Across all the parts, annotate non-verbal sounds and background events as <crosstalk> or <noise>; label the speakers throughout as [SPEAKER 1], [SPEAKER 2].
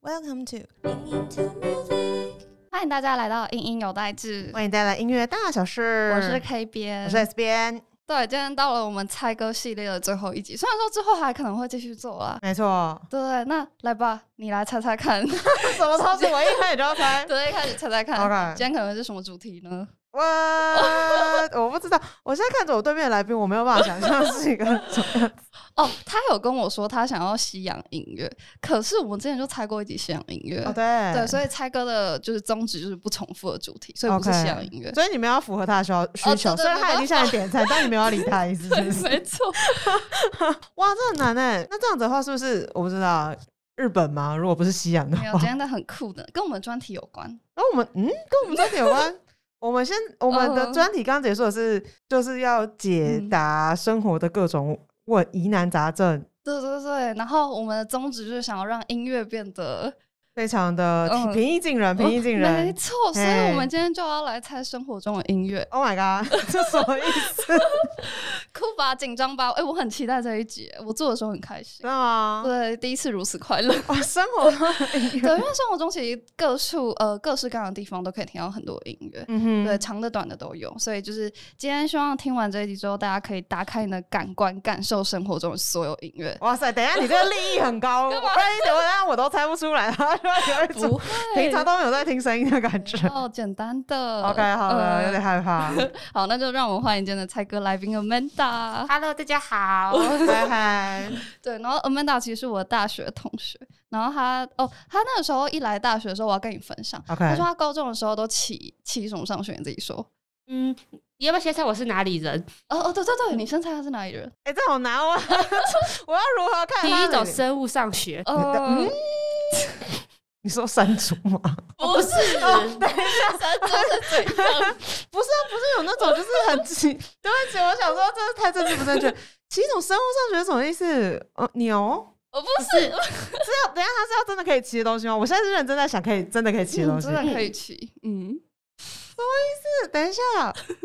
[SPEAKER 1] Welcome to，
[SPEAKER 2] 欢迎大家来到英英有代志，
[SPEAKER 1] 欢迎带来音乐大小事。
[SPEAKER 2] 我是 K
[SPEAKER 1] 我
[SPEAKER 2] 边
[SPEAKER 1] 是。S 边，
[SPEAKER 2] 对，今天到了我们猜歌系列的最后一集，虽然说之后还可能会继续做啦。
[SPEAKER 1] 没错。
[SPEAKER 2] 对，那来吧，你来猜猜
[SPEAKER 1] <laughs>
[SPEAKER 2] 看。？
[SPEAKER 1] 什么超级我一开始就要猜
[SPEAKER 2] 对，开始猜猜看
[SPEAKER 1] OK
[SPEAKER 2] 今天可能是什么主题呢？
[SPEAKER 1] 哇， <laughs> 我不知道。我现在看着我对面的来宾，我没有办法想象是一个什么样子。
[SPEAKER 2] 哦，他有跟我说他想要西洋音乐，可是我们之前就猜过一集西洋音乐。
[SPEAKER 1] 哦，对
[SPEAKER 2] 对，所以猜歌的就是宗旨就是不重复的主题，所以不是
[SPEAKER 1] OK
[SPEAKER 2] 西洋音
[SPEAKER 1] <laughs>
[SPEAKER 2] 乐。
[SPEAKER 1] 所以你们要符合他的需要需
[SPEAKER 2] 对
[SPEAKER 1] 求，
[SPEAKER 2] 对对
[SPEAKER 1] 虽然他已经向你点菜，哦但你没有要理他的意思， <laughs> 是不是？
[SPEAKER 2] 没错，
[SPEAKER 1] 哇，这很难哎。那这样子的话，是不是我不知道日本吗？如果不是西洋的
[SPEAKER 2] 没有
[SPEAKER 1] 话，
[SPEAKER 2] 今天的很酷的，跟我们专题有关。
[SPEAKER 1] 然后我们嗯，跟我们专题有
[SPEAKER 2] <laughs>
[SPEAKER 1] 关。我们先，我们的
[SPEAKER 2] 嗯
[SPEAKER 1] 专题刚刚结束的是，就是要解
[SPEAKER 2] 嗯
[SPEAKER 1] 答生活的各种问疑难杂症，
[SPEAKER 2] 对对对，然后我们的宗旨就是想要让音乐变得
[SPEAKER 1] 非常的
[SPEAKER 2] 嗯
[SPEAKER 1] 平易近人，平易近
[SPEAKER 2] 没
[SPEAKER 1] 人。
[SPEAKER 2] 错，所以我们今天就要来猜生活中的音乐，
[SPEAKER 1] Oh my god，这 <laughs> 什么意思？
[SPEAKER 2] 酷吧，紧张吧，哎、我很期待这一集，我做的时候很开心
[SPEAKER 1] 真。的吗？
[SPEAKER 2] 对，哎第一次如此快
[SPEAKER 1] <laughs>
[SPEAKER 2] 乐。
[SPEAKER 1] 哇，生
[SPEAKER 2] <laughs>
[SPEAKER 1] 活中的音
[SPEAKER 2] 对，
[SPEAKER 1] 乐，
[SPEAKER 2] 因为生活中其实各处呃各式各样的地方都可以听到很多音乐，
[SPEAKER 1] 嗯哼
[SPEAKER 2] 对，长的短的都有。所以就是今天希望听完这一集之后，大家可以打开你的感官，感受生活中的所有音乐。
[SPEAKER 1] 哇塞，等一下你这个利益很高，不然你怎么让我都猜不
[SPEAKER 2] <laughs>
[SPEAKER 1] 出来？然 <laughs> 后就有一
[SPEAKER 2] 不
[SPEAKER 1] 种
[SPEAKER 2] 会，
[SPEAKER 1] 平常都没有在听声音的感觉。
[SPEAKER 2] 哦，简单的。
[SPEAKER 1] OK，好 <laughs> 了，
[SPEAKER 2] 呃
[SPEAKER 1] 有点害
[SPEAKER 2] <laughs>
[SPEAKER 1] 怕。
[SPEAKER 2] 好，那就让我们欢迎今天的猜歌来宾 Amanda。
[SPEAKER 3] <laughs> Hello，大家好。
[SPEAKER 1] 嗨嗨，
[SPEAKER 2] 对，然后 Amanda 其实是我的大学同学，然后她哦，她那个时候一来大学的时候，我要跟你分享，
[SPEAKER 1] OK
[SPEAKER 2] 她说她高中的时候都骑骑什么上学，你自己说。
[SPEAKER 3] 嗯，你要不要先猜我是哪里 <laughs> 人？
[SPEAKER 2] 哦哦，对对对，你先猜她是哪里人？
[SPEAKER 1] 哎，这好难哦， <laughs> 我要如何看
[SPEAKER 3] 第
[SPEAKER 1] 他
[SPEAKER 3] 一
[SPEAKER 1] 的
[SPEAKER 3] 种
[SPEAKER 1] 脸
[SPEAKER 3] 生物上学， <laughs>
[SPEAKER 1] 嗯
[SPEAKER 2] 呃，
[SPEAKER 1] 你说删除吗？ <laughs>
[SPEAKER 3] 不是
[SPEAKER 2] 三只
[SPEAKER 3] <laughs>
[SPEAKER 2] 是怎样？
[SPEAKER 1] 不是啊，不是有那种就是很奇，对不起，我想说这太政治不正确。几种生物上学是什么意思？呃，牛
[SPEAKER 2] 我不是，
[SPEAKER 1] 是要等一下它是要真的可以骑的东西吗？我现在是认真在想，可以真的可以骑的
[SPEAKER 2] 嗯
[SPEAKER 1] 东西。
[SPEAKER 2] 真的可以骑，嗯，
[SPEAKER 1] 是等一下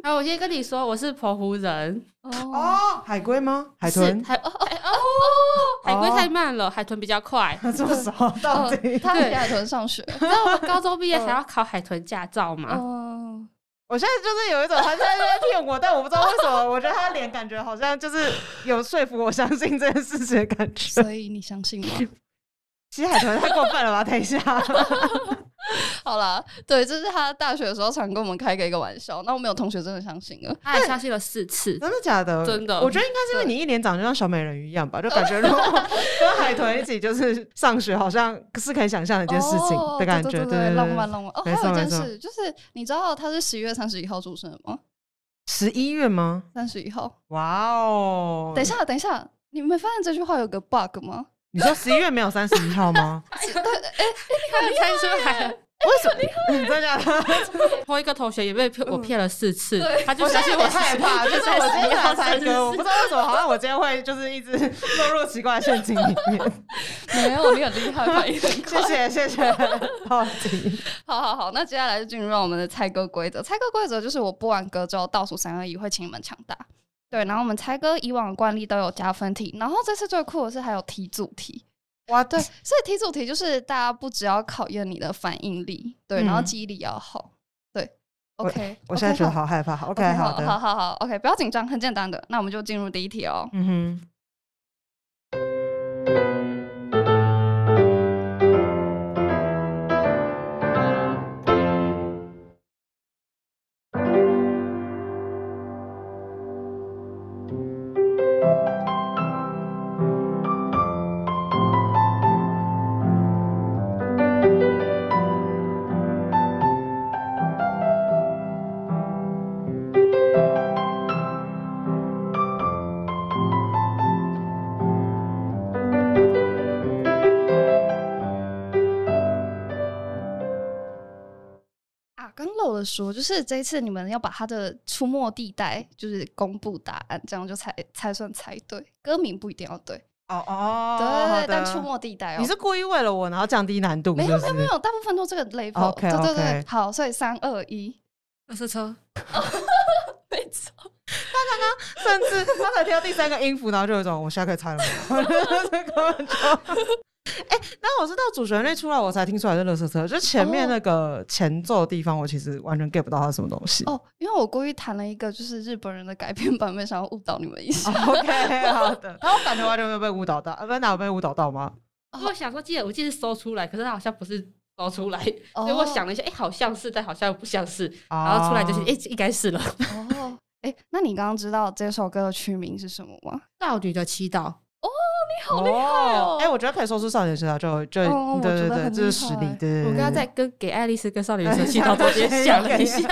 [SPEAKER 3] 然后我先跟你说，我是澎湖人。
[SPEAKER 2] 哦
[SPEAKER 1] 哦，海龟吗？海
[SPEAKER 3] 是
[SPEAKER 1] 豚？
[SPEAKER 3] 海哦哎哦，海龟太慢了，海豚比较 <laughs> 快。
[SPEAKER 1] 他这
[SPEAKER 2] <laughs>
[SPEAKER 1] 么熟到
[SPEAKER 2] 哦
[SPEAKER 1] 底，？
[SPEAKER 2] 她还骑海豚上
[SPEAKER 1] <laughs>
[SPEAKER 2] 学，
[SPEAKER 3] 你知道我高中毕业想要考海豚驾照吗？
[SPEAKER 2] 哦，
[SPEAKER 1] 我现在就是有一种他现在在骗我，但我不知道为什么，我觉得他的脸感觉好像就是有说服我相信这件事情的感觉。
[SPEAKER 2] 所以你相信吗？ <laughs>
[SPEAKER 1] 骑海豚太过分了吧？等一下，
[SPEAKER 2] 好啦，对，这是她大学的时候常跟我们开个一个玩笑，那我们有同学真的相信了。
[SPEAKER 3] 他还相信了四次。
[SPEAKER 1] 真的假的？
[SPEAKER 3] 真的
[SPEAKER 1] 我觉得应该是因为你一脸长得就像小美人鱼一样吧，就感觉如
[SPEAKER 2] <laughs>
[SPEAKER 1] 果跟海豚一起就是上学，好像是可以想象的一件事情
[SPEAKER 2] 哦
[SPEAKER 1] 的感觉，
[SPEAKER 2] 对
[SPEAKER 1] 对
[SPEAKER 2] 对浪漫。浪漫。哦，还
[SPEAKER 1] 没错
[SPEAKER 2] 有一件
[SPEAKER 1] 没
[SPEAKER 2] 事，就是你知道他是十一月三十一号出生的吗？
[SPEAKER 1] 十一月吗？
[SPEAKER 2] 三十一号。
[SPEAKER 1] 哇哦！
[SPEAKER 2] 等一，下，等一下，你没发现这句话有个 bug 吗？
[SPEAKER 1] 你说十一月没有三十一
[SPEAKER 2] <laughs>
[SPEAKER 1] 号吗？
[SPEAKER 3] 他猜出来了。
[SPEAKER 1] 为什么？嗯真的假的？
[SPEAKER 3] 同一个同学也被骗我骗了四次
[SPEAKER 2] 对，
[SPEAKER 3] 他就
[SPEAKER 1] 我
[SPEAKER 3] 相
[SPEAKER 1] 相
[SPEAKER 3] 信
[SPEAKER 1] 信
[SPEAKER 3] 我
[SPEAKER 1] 我
[SPEAKER 3] 是
[SPEAKER 1] 害怕，就是
[SPEAKER 3] 三
[SPEAKER 1] 我今
[SPEAKER 3] 十
[SPEAKER 1] 天
[SPEAKER 3] 一号
[SPEAKER 1] 要猜歌，我
[SPEAKER 3] 生
[SPEAKER 1] 不知。
[SPEAKER 3] 日
[SPEAKER 1] 道为什么，好像我今天会就是一直落入奇怪的陷阱里面。
[SPEAKER 2] 没有，你很厉害，反应 <laughs> 很
[SPEAKER 1] 谢
[SPEAKER 2] 快。
[SPEAKER 1] 谢谢谢，好奇。
[SPEAKER 2] 好好好，那接下来就进入到我们的猜歌规则。猜歌规则就是我播完歌之后倒数三二一会请你们抢答。对，然后我们猜歌以往的惯例都有加分题，然后这次最酷的是还有题组题。
[SPEAKER 1] 哇，
[SPEAKER 2] 对，所以题组题就是大家不只要考验你的反应力，对，然后
[SPEAKER 1] 嗯
[SPEAKER 2] 记忆力也要好。对，OK，
[SPEAKER 1] 我现在觉得
[SPEAKER 2] 好
[SPEAKER 1] 好害怕。好 OK，
[SPEAKER 2] 好
[SPEAKER 1] 的，
[SPEAKER 2] 好好好，OK，不要紧张，很简单的。那我们就进入第一题哦。
[SPEAKER 1] 嗯哼，
[SPEAKER 2] 啊，刚漏了说，就是这一次你们要把它的出没地带就是公布答案，这样就才才算猜对。歌名不一定要对，
[SPEAKER 1] 哦哦，好
[SPEAKER 2] 对，
[SPEAKER 1] 的
[SPEAKER 2] 但出没地带哦。
[SPEAKER 1] 你是故意为了我，然后降低难度？
[SPEAKER 2] 没有没
[SPEAKER 1] 是
[SPEAKER 2] 有
[SPEAKER 1] 不是哦
[SPEAKER 2] 没，有，大部分都这个 level。
[SPEAKER 1] OK，
[SPEAKER 2] 对对
[SPEAKER 1] OK
[SPEAKER 2] 对，好，所以三二
[SPEAKER 1] <laughs>
[SPEAKER 2] 一，
[SPEAKER 3] 二色车，
[SPEAKER 2] 没错。 <laughs>
[SPEAKER 1] <laughs> 甚至他才听到第三个音符，然后就有一种我现在可以猜了吗？这根本就哎那我是到主旋律出来，我才听出来是乐色车，就前面
[SPEAKER 2] 哦
[SPEAKER 1] 那个前奏的地方，我其实完全 get 不到它是什么东西。
[SPEAKER 2] 哦，因为我故意弹了一个就是日本人的改编版本，想要误导你们一下。<laughs>
[SPEAKER 1] <laughs> OK，好的。然后感觉完全没有被误导到，呃，不是哪有被误导到吗？
[SPEAKER 3] 我想说，记得我记得是搜出来，可是它好像不是搜出来，所以
[SPEAKER 2] 哦
[SPEAKER 3] 我想了一下，哎、好像是，但好像又不像是，
[SPEAKER 1] 然
[SPEAKER 3] 然后出来就是，哎、应该是了。
[SPEAKER 2] 哦，哎、那你刚刚知道这首歌的曲名是什么吗？
[SPEAKER 3] 少女的祈祷，
[SPEAKER 1] 好厉害
[SPEAKER 2] 哦
[SPEAKER 1] 哎，我觉得可以说出少年时代，就就嗯
[SPEAKER 2] 哦我觉
[SPEAKER 1] 对对
[SPEAKER 2] 得
[SPEAKER 1] 对，
[SPEAKER 2] 很
[SPEAKER 1] 这
[SPEAKER 2] 厉
[SPEAKER 1] 是实力
[SPEAKER 2] 害。
[SPEAKER 1] 对，
[SPEAKER 3] 我
[SPEAKER 1] 对
[SPEAKER 3] 刚刚在。跟给爱丽丝跟少女的祈祷中间想了一 <laughs> 下，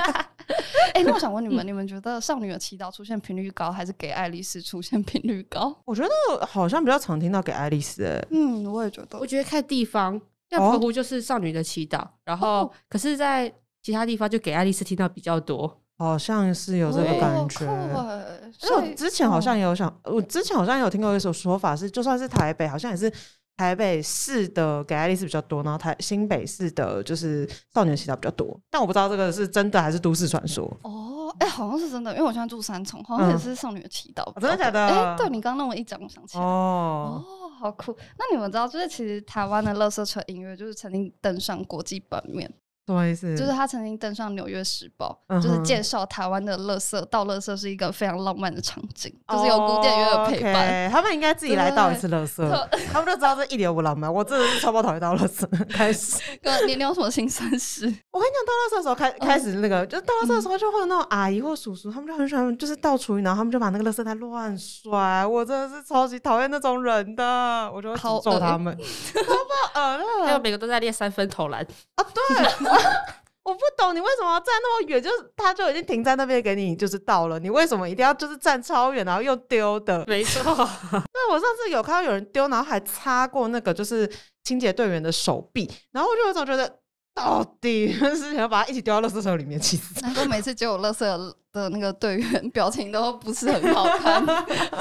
[SPEAKER 2] 哎、那我想问你
[SPEAKER 1] <laughs>
[SPEAKER 2] 们，你们觉得《少女的祈祷》出现频率高，还是《给爱丽丝》出现频率高？
[SPEAKER 1] 我觉得好像比较常听到给爱丽丝，哎
[SPEAKER 2] 嗯，我也觉得
[SPEAKER 3] 我觉得看地方，像
[SPEAKER 1] 哦
[SPEAKER 3] 澎湖就是少女的祈祷，然
[SPEAKER 2] 哦
[SPEAKER 3] 后可是，在其他地方就给爱丽丝听到比较多。
[SPEAKER 1] 好像是有这
[SPEAKER 2] 哦
[SPEAKER 1] 个感觉。因为
[SPEAKER 2] 欸所
[SPEAKER 1] 我
[SPEAKER 2] 以
[SPEAKER 1] 之前好
[SPEAKER 2] 嗯
[SPEAKER 1] 像也有想，呃我之前好像有听过一首说法是，就算是台北，好像也是台北市的给爱丽丝比较多，然后台新北市的就是少年祈祷比较多。但我不知道这个是真的还是都市传说。
[SPEAKER 2] 哦，哎、好像是真的，因为我现在住三重，好像也是《少女的祈祷》
[SPEAKER 1] 嗯哦真的假的
[SPEAKER 2] 哎、对你刚刚那么一讲，我想起来。
[SPEAKER 1] 哦
[SPEAKER 2] 哦，好酷！那你们知道，就是其实台湾的乐色车音乐，就是曾经登上国际版面，
[SPEAKER 1] 什么意思？
[SPEAKER 2] 就是他曾经登上《纽约时报》
[SPEAKER 1] 嗯哼
[SPEAKER 2] 就是介绍台湾的乐色到乐色是一个非常浪漫的场景，就是有古典乐的陪伴。
[SPEAKER 1] 哦，OK，他们应该自己来倒一次垃圾
[SPEAKER 2] 对对，
[SPEAKER 1] 他们就知道这一点不浪漫。我真的是超爆讨厌倒
[SPEAKER 2] <laughs>
[SPEAKER 1] 垃圾，开始。
[SPEAKER 2] 哥，你你有什么心酸事？
[SPEAKER 1] 我跟你讲，倒垃圾的时候开
[SPEAKER 2] 嗯
[SPEAKER 1] 开始那个，就倒垃圾的时候就会有那种阿姨或叔叔，他们就很喜欢就是倒厨余，然后他们就把那个垃圾袋乱甩。我真的是超级讨厌那种人的，我就会
[SPEAKER 2] 好
[SPEAKER 1] 诅咒
[SPEAKER 2] 恶
[SPEAKER 1] 他们，超爆恶的。
[SPEAKER 3] 还有每个都在练三分投篮，
[SPEAKER 1] 啊，对。 <laughs> 我不懂你为什么要站那么远，就是他就已经停在那边给你就是到了，你为什么一定要就是站超远，然后又丢的？
[SPEAKER 3] 没 <laughs> 错，
[SPEAKER 1] 对，我上次有看到有人丢，然后还擦过那个就是清洁队员的手臂，然后我就有种觉得，到底 <laughs> 是想要把它一起丢到垃圾桶里面，气死！
[SPEAKER 2] 难怪每次接我乐色的那个队员表情都不是很好看，
[SPEAKER 1] <laughs>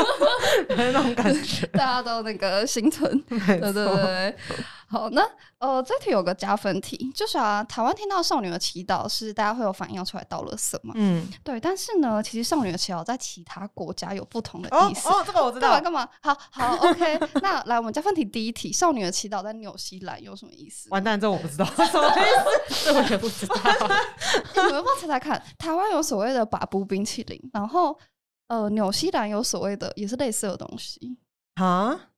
[SPEAKER 1] 那种感觉，
[SPEAKER 2] <laughs> 大家都那个心存
[SPEAKER 1] 没
[SPEAKER 2] <laughs> 对对
[SPEAKER 1] 错。
[SPEAKER 2] 对，好，那呃，这题有个加分题，就是啊，台湾听到少女的祈祷是大家会有反应要出来倒垃圾嘛？
[SPEAKER 1] 嗯，
[SPEAKER 2] 对，但是呢，其实少女的祈祷在其他国家有不同的
[SPEAKER 1] 哦
[SPEAKER 2] 意思。
[SPEAKER 1] 哦，这个我知
[SPEAKER 2] 干嘛
[SPEAKER 1] 道，
[SPEAKER 2] 干嘛？好好，OK 。 <laughs> 那来，我们加分题第一题，少女的祈祷在纽西兰有什么意思？
[SPEAKER 1] 完蛋，这我不
[SPEAKER 2] <laughs>
[SPEAKER 1] 知道，什么意思？
[SPEAKER 3] 这我也不知道。
[SPEAKER 2] 你们要不要猜猜看？台湾有所谓的把布冰淇淋，然后呃，纽西兰有所谓的也是类似的东西。
[SPEAKER 1] <laughs> 啊？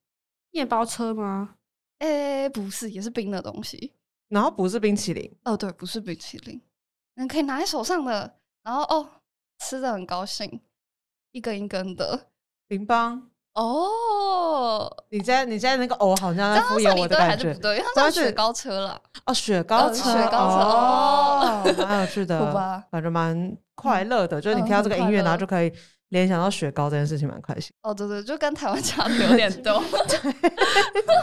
[SPEAKER 3] 面包车吗？
[SPEAKER 2] 诶、不是，也是冰的东西。
[SPEAKER 1] 然后不是冰淇淋，
[SPEAKER 2] 哦，对，不是冰淇淋，你可以拿在手上的，然后哦，吃的很高兴，一根一根的。
[SPEAKER 1] 冰棒。
[SPEAKER 2] 哦，
[SPEAKER 1] 你现在你现在那个哦，好像
[SPEAKER 2] 这
[SPEAKER 1] 在
[SPEAKER 2] 样
[SPEAKER 1] 敷
[SPEAKER 2] 算
[SPEAKER 1] 衍
[SPEAKER 2] 你
[SPEAKER 1] 我的
[SPEAKER 2] 对还
[SPEAKER 1] 感
[SPEAKER 2] 是
[SPEAKER 1] 觉
[SPEAKER 2] 不对？因为它
[SPEAKER 1] 但
[SPEAKER 2] 叫
[SPEAKER 1] 是
[SPEAKER 2] 雪糕车啦。
[SPEAKER 1] 哦，雪糕
[SPEAKER 2] 呃
[SPEAKER 1] 车，
[SPEAKER 2] 雪糕车
[SPEAKER 1] 哦， <laughs> 蛮有
[SPEAKER 2] <laughs>
[SPEAKER 1] 趣
[SPEAKER 2] 好
[SPEAKER 1] 的
[SPEAKER 2] 吧，
[SPEAKER 1] 感觉蛮快乐的，就是你
[SPEAKER 2] 嗯
[SPEAKER 1] 听到这个
[SPEAKER 2] 很
[SPEAKER 1] 音
[SPEAKER 2] 快
[SPEAKER 1] 乐，
[SPEAKER 2] 乐
[SPEAKER 1] 然后就可以联想到雪糕这件事情，蛮开心。
[SPEAKER 2] 哦，对对，就跟台湾差别有点
[SPEAKER 1] <laughs>
[SPEAKER 2] 多。 <laughs> 对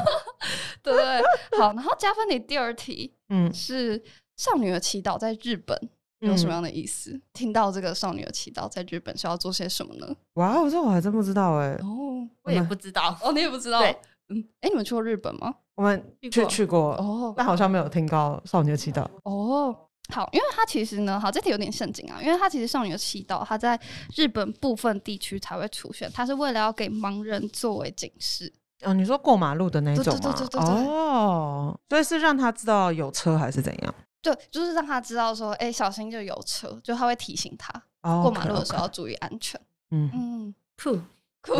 [SPEAKER 2] 对，好，然后加分题第二题
[SPEAKER 1] 嗯，
[SPEAKER 2] 是《少女的祈祷》在日本有什么样的意思？听到这个《少女的祈祷》在日本是要做些什么呢？
[SPEAKER 1] 哇，哦这我还真不知道哎、
[SPEAKER 2] 哦
[SPEAKER 3] 我也不知道。
[SPEAKER 2] 哦，你也不知道
[SPEAKER 3] 对。
[SPEAKER 2] 嗯，哎，你们去过日本吗？
[SPEAKER 1] 我们
[SPEAKER 3] 去
[SPEAKER 1] 去
[SPEAKER 3] 过
[SPEAKER 1] 去过，
[SPEAKER 2] 哦，
[SPEAKER 1] 但好像没有听到《少女的祈祷》。
[SPEAKER 2] 哦，好，因为它其实呢，好，这题有点陷阱啊，因为它其实少女的祈祷，它在日本部分地区才会出现，它是为了要给盲人作为警示。
[SPEAKER 1] 哦，你说过马路的那
[SPEAKER 2] 对
[SPEAKER 1] 种
[SPEAKER 2] 对
[SPEAKER 1] 吗？
[SPEAKER 2] 对对对对
[SPEAKER 1] 哦，所以是让他知道有车还是怎样？
[SPEAKER 2] 对，就是让他知道说，哎、小心就有车，就他会提醒他
[SPEAKER 1] 哦，
[SPEAKER 2] 过马路的
[SPEAKER 1] OK，OK
[SPEAKER 2] 时候要注意安全。
[SPEAKER 1] 嗯，
[SPEAKER 2] 嗯，
[SPEAKER 3] 酷，
[SPEAKER 2] 酷，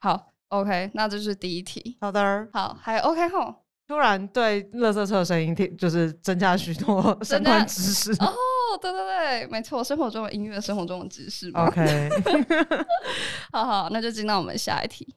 [SPEAKER 2] 好，OK，那这是第一题，
[SPEAKER 1] <laughs> 好的儿。
[SPEAKER 2] 好，还 OK 吼。
[SPEAKER 1] 突然对垃圾车的声音听，就是增加许多相关知识。
[SPEAKER 2] 哦，对对对，没错，生活中的音乐，生活中的知识嘛。
[SPEAKER 1] OK， <laughs>
[SPEAKER 2] 好好，那就进到我们下一题。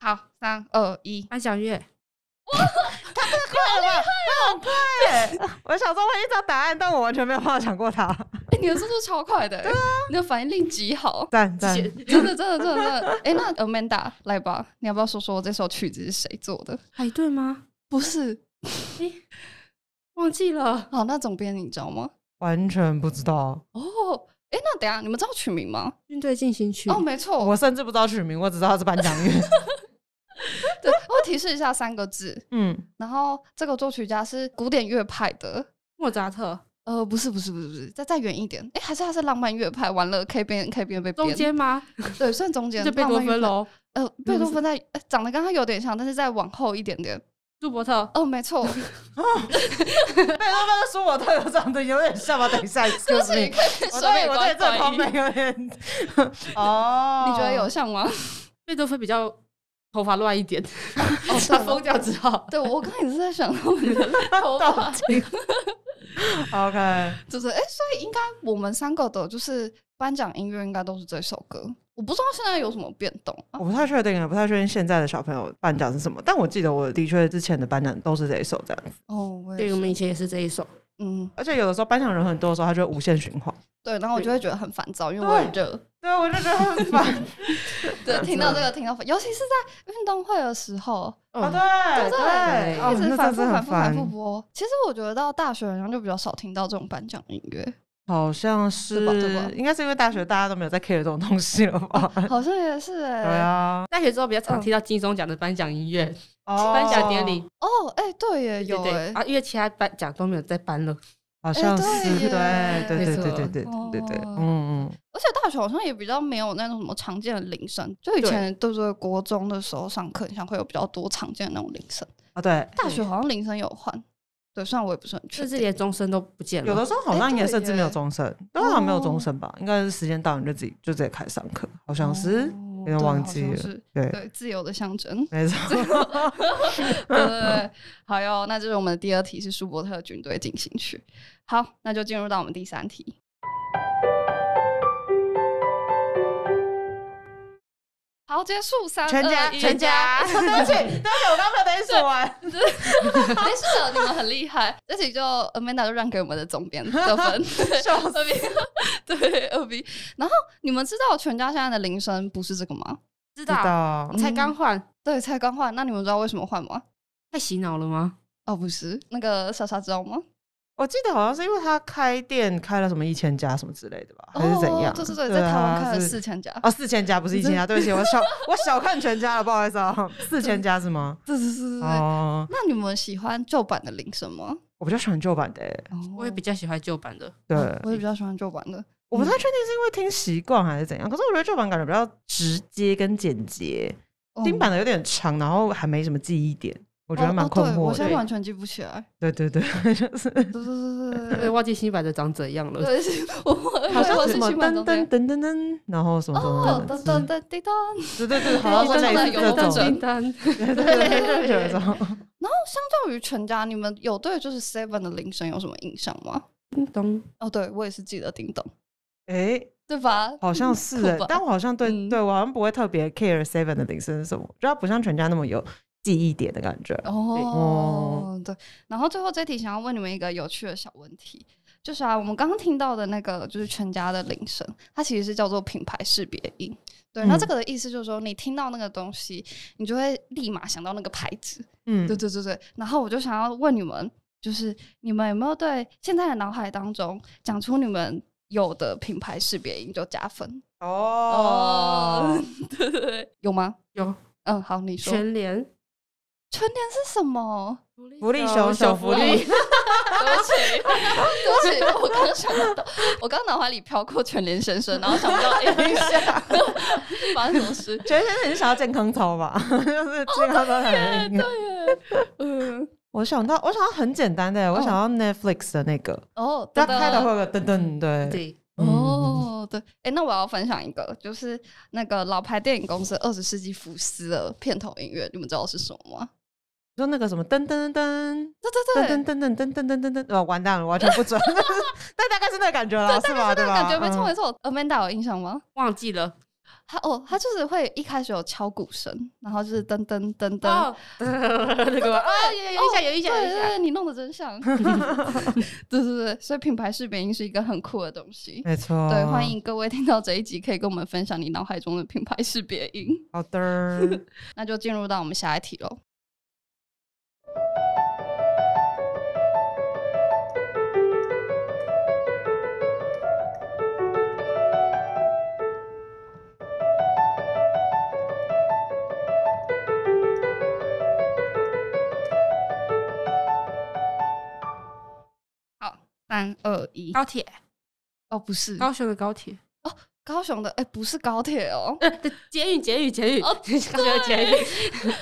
[SPEAKER 2] 好，三二一，
[SPEAKER 3] 安享月，
[SPEAKER 1] 我小时候会一找答案，但我完全没有办法想过
[SPEAKER 2] <laughs>
[SPEAKER 1] 它。
[SPEAKER 2] 哎、你的速度超快的、欸，你的反应力极好，
[SPEAKER 1] 赞赞，
[SPEAKER 2] <laughs> 真的，真的，真的，真的。哎、那 Amanda 来吧，你要不要说说这首曲子是谁做的？
[SPEAKER 3] 海顿吗？
[SPEAKER 2] 不是，
[SPEAKER 3] 忘记了，
[SPEAKER 2] 好，那总编你知道吗？
[SPEAKER 1] 完全不知道。
[SPEAKER 2] 哦，哎，那等一下你们知道取名吗？
[SPEAKER 4] 军队进行曲
[SPEAKER 2] 哦，没错，
[SPEAKER 1] 我甚至不知道取名，我只知道它是颁奖
[SPEAKER 2] <laughs>
[SPEAKER 1] 乐。
[SPEAKER 2] 对，我提示一下三个字。
[SPEAKER 1] 嗯，
[SPEAKER 2] 然后这个作曲家是古典乐派的，
[SPEAKER 3] 莫扎特
[SPEAKER 2] 呃，不是不是不是不是，再再远一点，哎，还是他是浪漫乐派。完了，K 边 K 边被编
[SPEAKER 3] 中间吗？
[SPEAKER 2] 对，算中间
[SPEAKER 3] 就贝多
[SPEAKER 2] 浪
[SPEAKER 3] 芬。
[SPEAKER 2] 漫乐派
[SPEAKER 3] 喽，
[SPEAKER 2] 呃，贝多芬在呃长得跟他有点像，但是再往后一点点。
[SPEAKER 3] 朱伯
[SPEAKER 2] <laughs>
[SPEAKER 3] 特。
[SPEAKER 2] 哦，没错，
[SPEAKER 1] 贝多芬说我特有长得有点像吧？等一下，
[SPEAKER 2] 对 <laughs>
[SPEAKER 1] 就
[SPEAKER 2] 不起，你可以说
[SPEAKER 1] 我对
[SPEAKER 2] 美
[SPEAKER 1] 我对
[SPEAKER 2] 观
[SPEAKER 1] 这方
[SPEAKER 2] 转移。
[SPEAKER 1] 面
[SPEAKER 2] <laughs>
[SPEAKER 1] 有点哦，
[SPEAKER 2] 你觉
[SPEAKER 1] <laughs>
[SPEAKER 2] 得有像吗？
[SPEAKER 3] 贝多芬比较头发乱一点，
[SPEAKER 2] 哦，
[SPEAKER 3] 他疯掉之 <laughs> 后，
[SPEAKER 2] <laughs> 对，我刚才也是在想他们的头
[SPEAKER 1] 到
[SPEAKER 2] 发，
[SPEAKER 1] 底 <laughs> ？OK，
[SPEAKER 2] <laughs> 就是哎、诶所以应该我们三个的就是颁奖音乐应该都是这首歌。我不知道现在有什么变动啊，
[SPEAKER 1] 我不太确定啊，不太确定现在的小朋友颁奖是什么，但我记得我的确之前的颁奖都是这一首这样子，
[SPEAKER 2] 哦，我也
[SPEAKER 4] 对，
[SPEAKER 2] 是
[SPEAKER 4] 我们以前也是这一首。
[SPEAKER 2] 嗯，
[SPEAKER 1] 而且有的时候颁奖人很多的时候，它就会无限循环。
[SPEAKER 2] 对，然后我就会觉得很烦躁，因为
[SPEAKER 1] 对
[SPEAKER 2] 我很热，
[SPEAKER 1] 对，我就觉得很烦。
[SPEAKER 2] 对，
[SPEAKER 1] <laughs>
[SPEAKER 2] 听到这
[SPEAKER 1] 嗯
[SPEAKER 2] 个听到烦，尤其是在运动会的时候，
[SPEAKER 1] <laughs> 哦，
[SPEAKER 4] 嗯，
[SPEAKER 2] 对
[SPEAKER 1] 对对，
[SPEAKER 2] 他一直反复
[SPEAKER 1] 哦那真的
[SPEAKER 2] 反
[SPEAKER 1] 很
[SPEAKER 2] 复反复
[SPEAKER 1] 烦
[SPEAKER 2] 播。其实我觉得到大学好像就比较少听到这种颁奖音乐，
[SPEAKER 1] 好像是
[SPEAKER 2] 对吧对吧，
[SPEAKER 1] 应该是因为大学大家都没有在 care 这种东西了吧？
[SPEAKER 2] 好像也是哎、
[SPEAKER 1] 啊对啊，
[SPEAKER 3] 大学之后比较常听到金钟奖的颁奖音乐、
[SPEAKER 1] 哦
[SPEAKER 3] 颁奖典礼，
[SPEAKER 2] 哦，哎、对耶，有
[SPEAKER 3] 对
[SPEAKER 2] 哎、
[SPEAKER 3] 对啊，因为其他颁奖都没有在颁了。
[SPEAKER 1] 好像是
[SPEAKER 2] 哎
[SPEAKER 1] 对
[SPEAKER 2] 对
[SPEAKER 1] 对对对
[SPEAKER 3] 耶没错
[SPEAKER 1] 对对对对，
[SPEAKER 2] 哦
[SPEAKER 1] 嗯嗯，
[SPEAKER 2] 而且大学好像也比较没有那种什么常见的铃声，就以前对对国中的时候上课，你像会有比较多常见的那种铃声。
[SPEAKER 1] 啊对，
[SPEAKER 2] 大学好像铃声有换，对，虽然我也不是很确
[SPEAKER 3] 甚
[SPEAKER 2] 定。
[SPEAKER 3] 至连钟声都不见了。
[SPEAKER 1] 有的时候好
[SPEAKER 2] 哎
[SPEAKER 1] 像也
[SPEAKER 2] 对
[SPEAKER 1] 甚至没
[SPEAKER 2] 耶
[SPEAKER 1] 有钟声，都好像没有钟
[SPEAKER 2] 哦
[SPEAKER 1] 声吧，应该是时间到你就自己就直接开始上课，好像是，
[SPEAKER 2] 有
[SPEAKER 1] 有点忘记了
[SPEAKER 2] 是
[SPEAKER 1] 对，。
[SPEAKER 2] 哦对自由的象征
[SPEAKER 1] <laughs> 没
[SPEAKER 2] <laughs>
[SPEAKER 1] 错，
[SPEAKER 2] 对对对，好哟，那就是我们的第二题是舒伯特的军队进行曲。好，那就进入到我们第三题。好，结束三
[SPEAKER 1] 全家
[SPEAKER 2] 二一
[SPEAKER 1] 全
[SPEAKER 3] <laughs>
[SPEAKER 1] 家，对不起，对不起，我刚刚没有等你数完，
[SPEAKER 2] 没事的，你们很厉害。这题就 Amanda 就让给我们的总编得分，
[SPEAKER 1] 笑死
[SPEAKER 2] 二 B，对二 B。然后你们知道全家现在的铃声不是这个吗？
[SPEAKER 3] 知
[SPEAKER 1] 知
[SPEAKER 3] 道，
[SPEAKER 1] 道
[SPEAKER 2] 嗯
[SPEAKER 3] 才刚换，
[SPEAKER 2] 对，才刚换。那你们知道为什么换吗？
[SPEAKER 3] 太洗脑了吗？
[SPEAKER 2] 哦，不是，那个莎莎知道吗？
[SPEAKER 1] 我记得好像是因为他开店开了什么一千家什么之类的吧，还是怎样？
[SPEAKER 2] 哦、对对对，在台
[SPEAKER 1] 啊
[SPEAKER 2] 湾开了
[SPEAKER 1] 是
[SPEAKER 2] 四千家。
[SPEAKER 1] 哦，四千家不是一千家，对不
[SPEAKER 2] <laughs>
[SPEAKER 1] 起，我小我小看全家了，不好意思啊，四千家是吗？
[SPEAKER 2] 对对对对对。
[SPEAKER 1] 哦，
[SPEAKER 2] 那你们喜欢旧版的铃声吗？
[SPEAKER 1] 我比较喜欢旧版的欸，
[SPEAKER 3] 我也比较喜欢旧版的，
[SPEAKER 1] 对，
[SPEAKER 2] 哦我嗯也比较喜欢旧版的。
[SPEAKER 1] 我不太确定是因为听习惯还是怎样，可是我觉得旧版感觉比较直接跟简洁，
[SPEAKER 2] 哦
[SPEAKER 1] 新版的有点长，然后还没什么记忆点，我觉得蛮困
[SPEAKER 2] 哦哦对我
[SPEAKER 1] 惑
[SPEAKER 2] 现
[SPEAKER 1] 的。
[SPEAKER 2] 在完全记不起来。
[SPEAKER 1] 对对 <laughs> 对，就是
[SPEAKER 2] 对对对对对
[SPEAKER 3] 我也
[SPEAKER 2] 对。
[SPEAKER 3] 忘记新版的长怎样了。
[SPEAKER 2] 对，是我我
[SPEAKER 1] 好
[SPEAKER 2] 我
[SPEAKER 1] 像
[SPEAKER 2] 是
[SPEAKER 1] 什么
[SPEAKER 2] 新版
[SPEAKER 1] 噔
[SPEAKER 2] 的
[SPEAKER 1] 噔噔噔噔，然后什么什
[SPEAKER 2] 哦噔
[SPEAKER 1] 么，什
[SPEAKER 2] 噔
[SPEAKER 1] 么，
[SPEAKER 2] 噔滴答。
[SPEAKER 1] 对对对，好像是类似
[SPEAKER 2] 有
[SPEAKER 1] 这
[SPEAKER 2] 风
[SPEAKER 1] 种，
[SPEAKER 2] 筝
[SPEAKER 3] 订单，
[SPEAKER 1] 对对对，就是有一 <laughs> 种
[SPEAKER 2] 然后相较于全家，你们有对就是 Seven 的铃声有什么印象吗？
[SPEAKER 3] 叮咚，
[SPEAKER 2] 哦，对我也是记得叮咚，
[SPEAKER 1] 哎，
[SPEAKER 2] 对吧？
[SPEAKER 1] 好像是
[SPEAKER 2] <laughs>
[SPEAKER 1] 欸
[SPEAKER 2] 酷吧，
[SPEAKER 1] 但我好像对
[SPEAKER 2] 嗯
[SPEAKER 1] 对我好像不会特别 care Seven 的铃声是什么，就它不像全家那么有记忆点的感觉。
[SPEAKER 2] 哦，对。然后最后这题想要问你们一个有趣的小问题，就是啊，我们刚刚听到的那个就是全家的铃声，它其实是叫做品牌识别音。对，那
[SPEAKER 1] 嗯
[SPEAKER 2] 这个的意思就是说，你听到那个东西，你就会立马想到那个牌子。
[SPEAKER 1] 嗯
[SPEAKER 2] 对对对对。然后我就想要问你们，就是你们有没有对现在的脑海当中讲出你们有的品牌识别音就加分？
[SPEAKER 1] 哦，
[SPEAKER 2] 对对对，有吗？
[SPEAKER 3] 有
[SPEAKER 2] 嗯，好，你说
[SPEAKER 3] 全联
[SPEAKER 2] 春联是什么？
[SPEAKER 1] 福利熊
[SPEAKER 3] 小
[SPEAKER 1] 小福利，
[SPEAKER 2] 对不起，对不起，我刚想到，我刚脑海里飘过全联先生，然后想不到 <laughs> 哎，
[SPEAKER 1] 下，
[SPEAKER 2] 发生什么事？
[SPEAKER 1] <laughs> 全先生你想要健康操吧？ <laughs> 就是健康操很硬。
[SPEAKER 2] 嗯，
[SPEAKER 1] 我想到，我想到很简单的，我想到 Netflix 哦的那个，
[SPEAKER 2] 哦，
[SPEAKER 1] 它
[SPEAKER 2] 真
[SPEAKER 1] 开头会有个噔噔，对，
[SPEAKER 3] 对，
[SPEAKER 1] 嗯
[SPEAKER 2] 哦，对，哎，那我要分享一个，就是那个老牌电影公司二十世纪福斯的片头音乐，你们知道是什么吗？
[SPEAKER 1] 就那个什么噔噔噔
[SPEAKER 2] 对
[SPEAKER 1] 噔
[SPEAKER 2] 对
[SPEAKER 1] 噔
[SPEAKER 2] 对，
[SPEAKER 1] 噔噔噔噔噔噔噔，哦，完蛋了，完全不准，但大概是那个感觉啦，是吧？对
[SPEAKER 2] 那
[SPEAKER 1] 吧？
[SPEAKER 2] 感觉没
[SPEAKER 1] 嗯
[SPEAKER 2] 错没错，Amanda 有印象吗？
[SPEAKER 3] 忘记了
[SPEAKER 2] 他哦，他就是会一开始有敲鼓声，然后就是噔噔噔噔，
[SPEAKER 3] 哦， <laughs> 那个啊，有有印象，有印象，有
[SPEAKER 2] 对
[SPEAKER 3] 印
[SPEAKER 2] 对
[SPEAKER 3] 象。
[SPEAKER 2] 对，你弄得真像。对对对，所以品牌识别音是一个很酷的东西。
[SPEAKER 1] 没错，
[SPEAKER 2] 对，欢迎各位听到这一集，可以跟我们分享你脑海中的品牌识别音。
[SPEAKER 1] 好的，
[SPEAKER 2] 那就进入到我们下一题喽。三二一，
[SPEAKER 3] 高铁，
[SPEAKER 2] 哦，不是
[SPEAKER 3] 高雄的高铁，
[SPEAKER 2] 高雄的，哎，不是高铁 <laughs> 哦，
[SPEAKER 3] 呃，对捷运，捷运，捷运，
[SPEAKER 2] 哦
[SPEAKER 3] 高雄的捷运，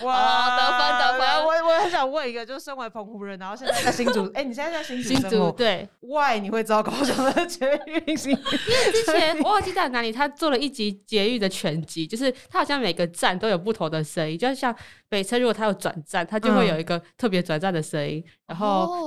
[SPEAKER 2] 哇得分得分
[SPEAKER 1] 我我很想问一个，就是身为澎湖人，然后现在在新竹，哎、你现在在新
[SPEAKER 3] 新
[SPEAKER 1] 竹生
[SPEAKER 3] 竹
[SPEAKER 1] 活
[SPEAKER 3] 对。
[SPEAKER 1] ，Why 你会知道高雄的捷运新？
[SPEAKER 3] 之前我忘记在哪里，他做了一集捷运的全集，就是他好像每个站都有不同的声音，就像北车如果它有转站，它就会有一个特别转站的声音。然后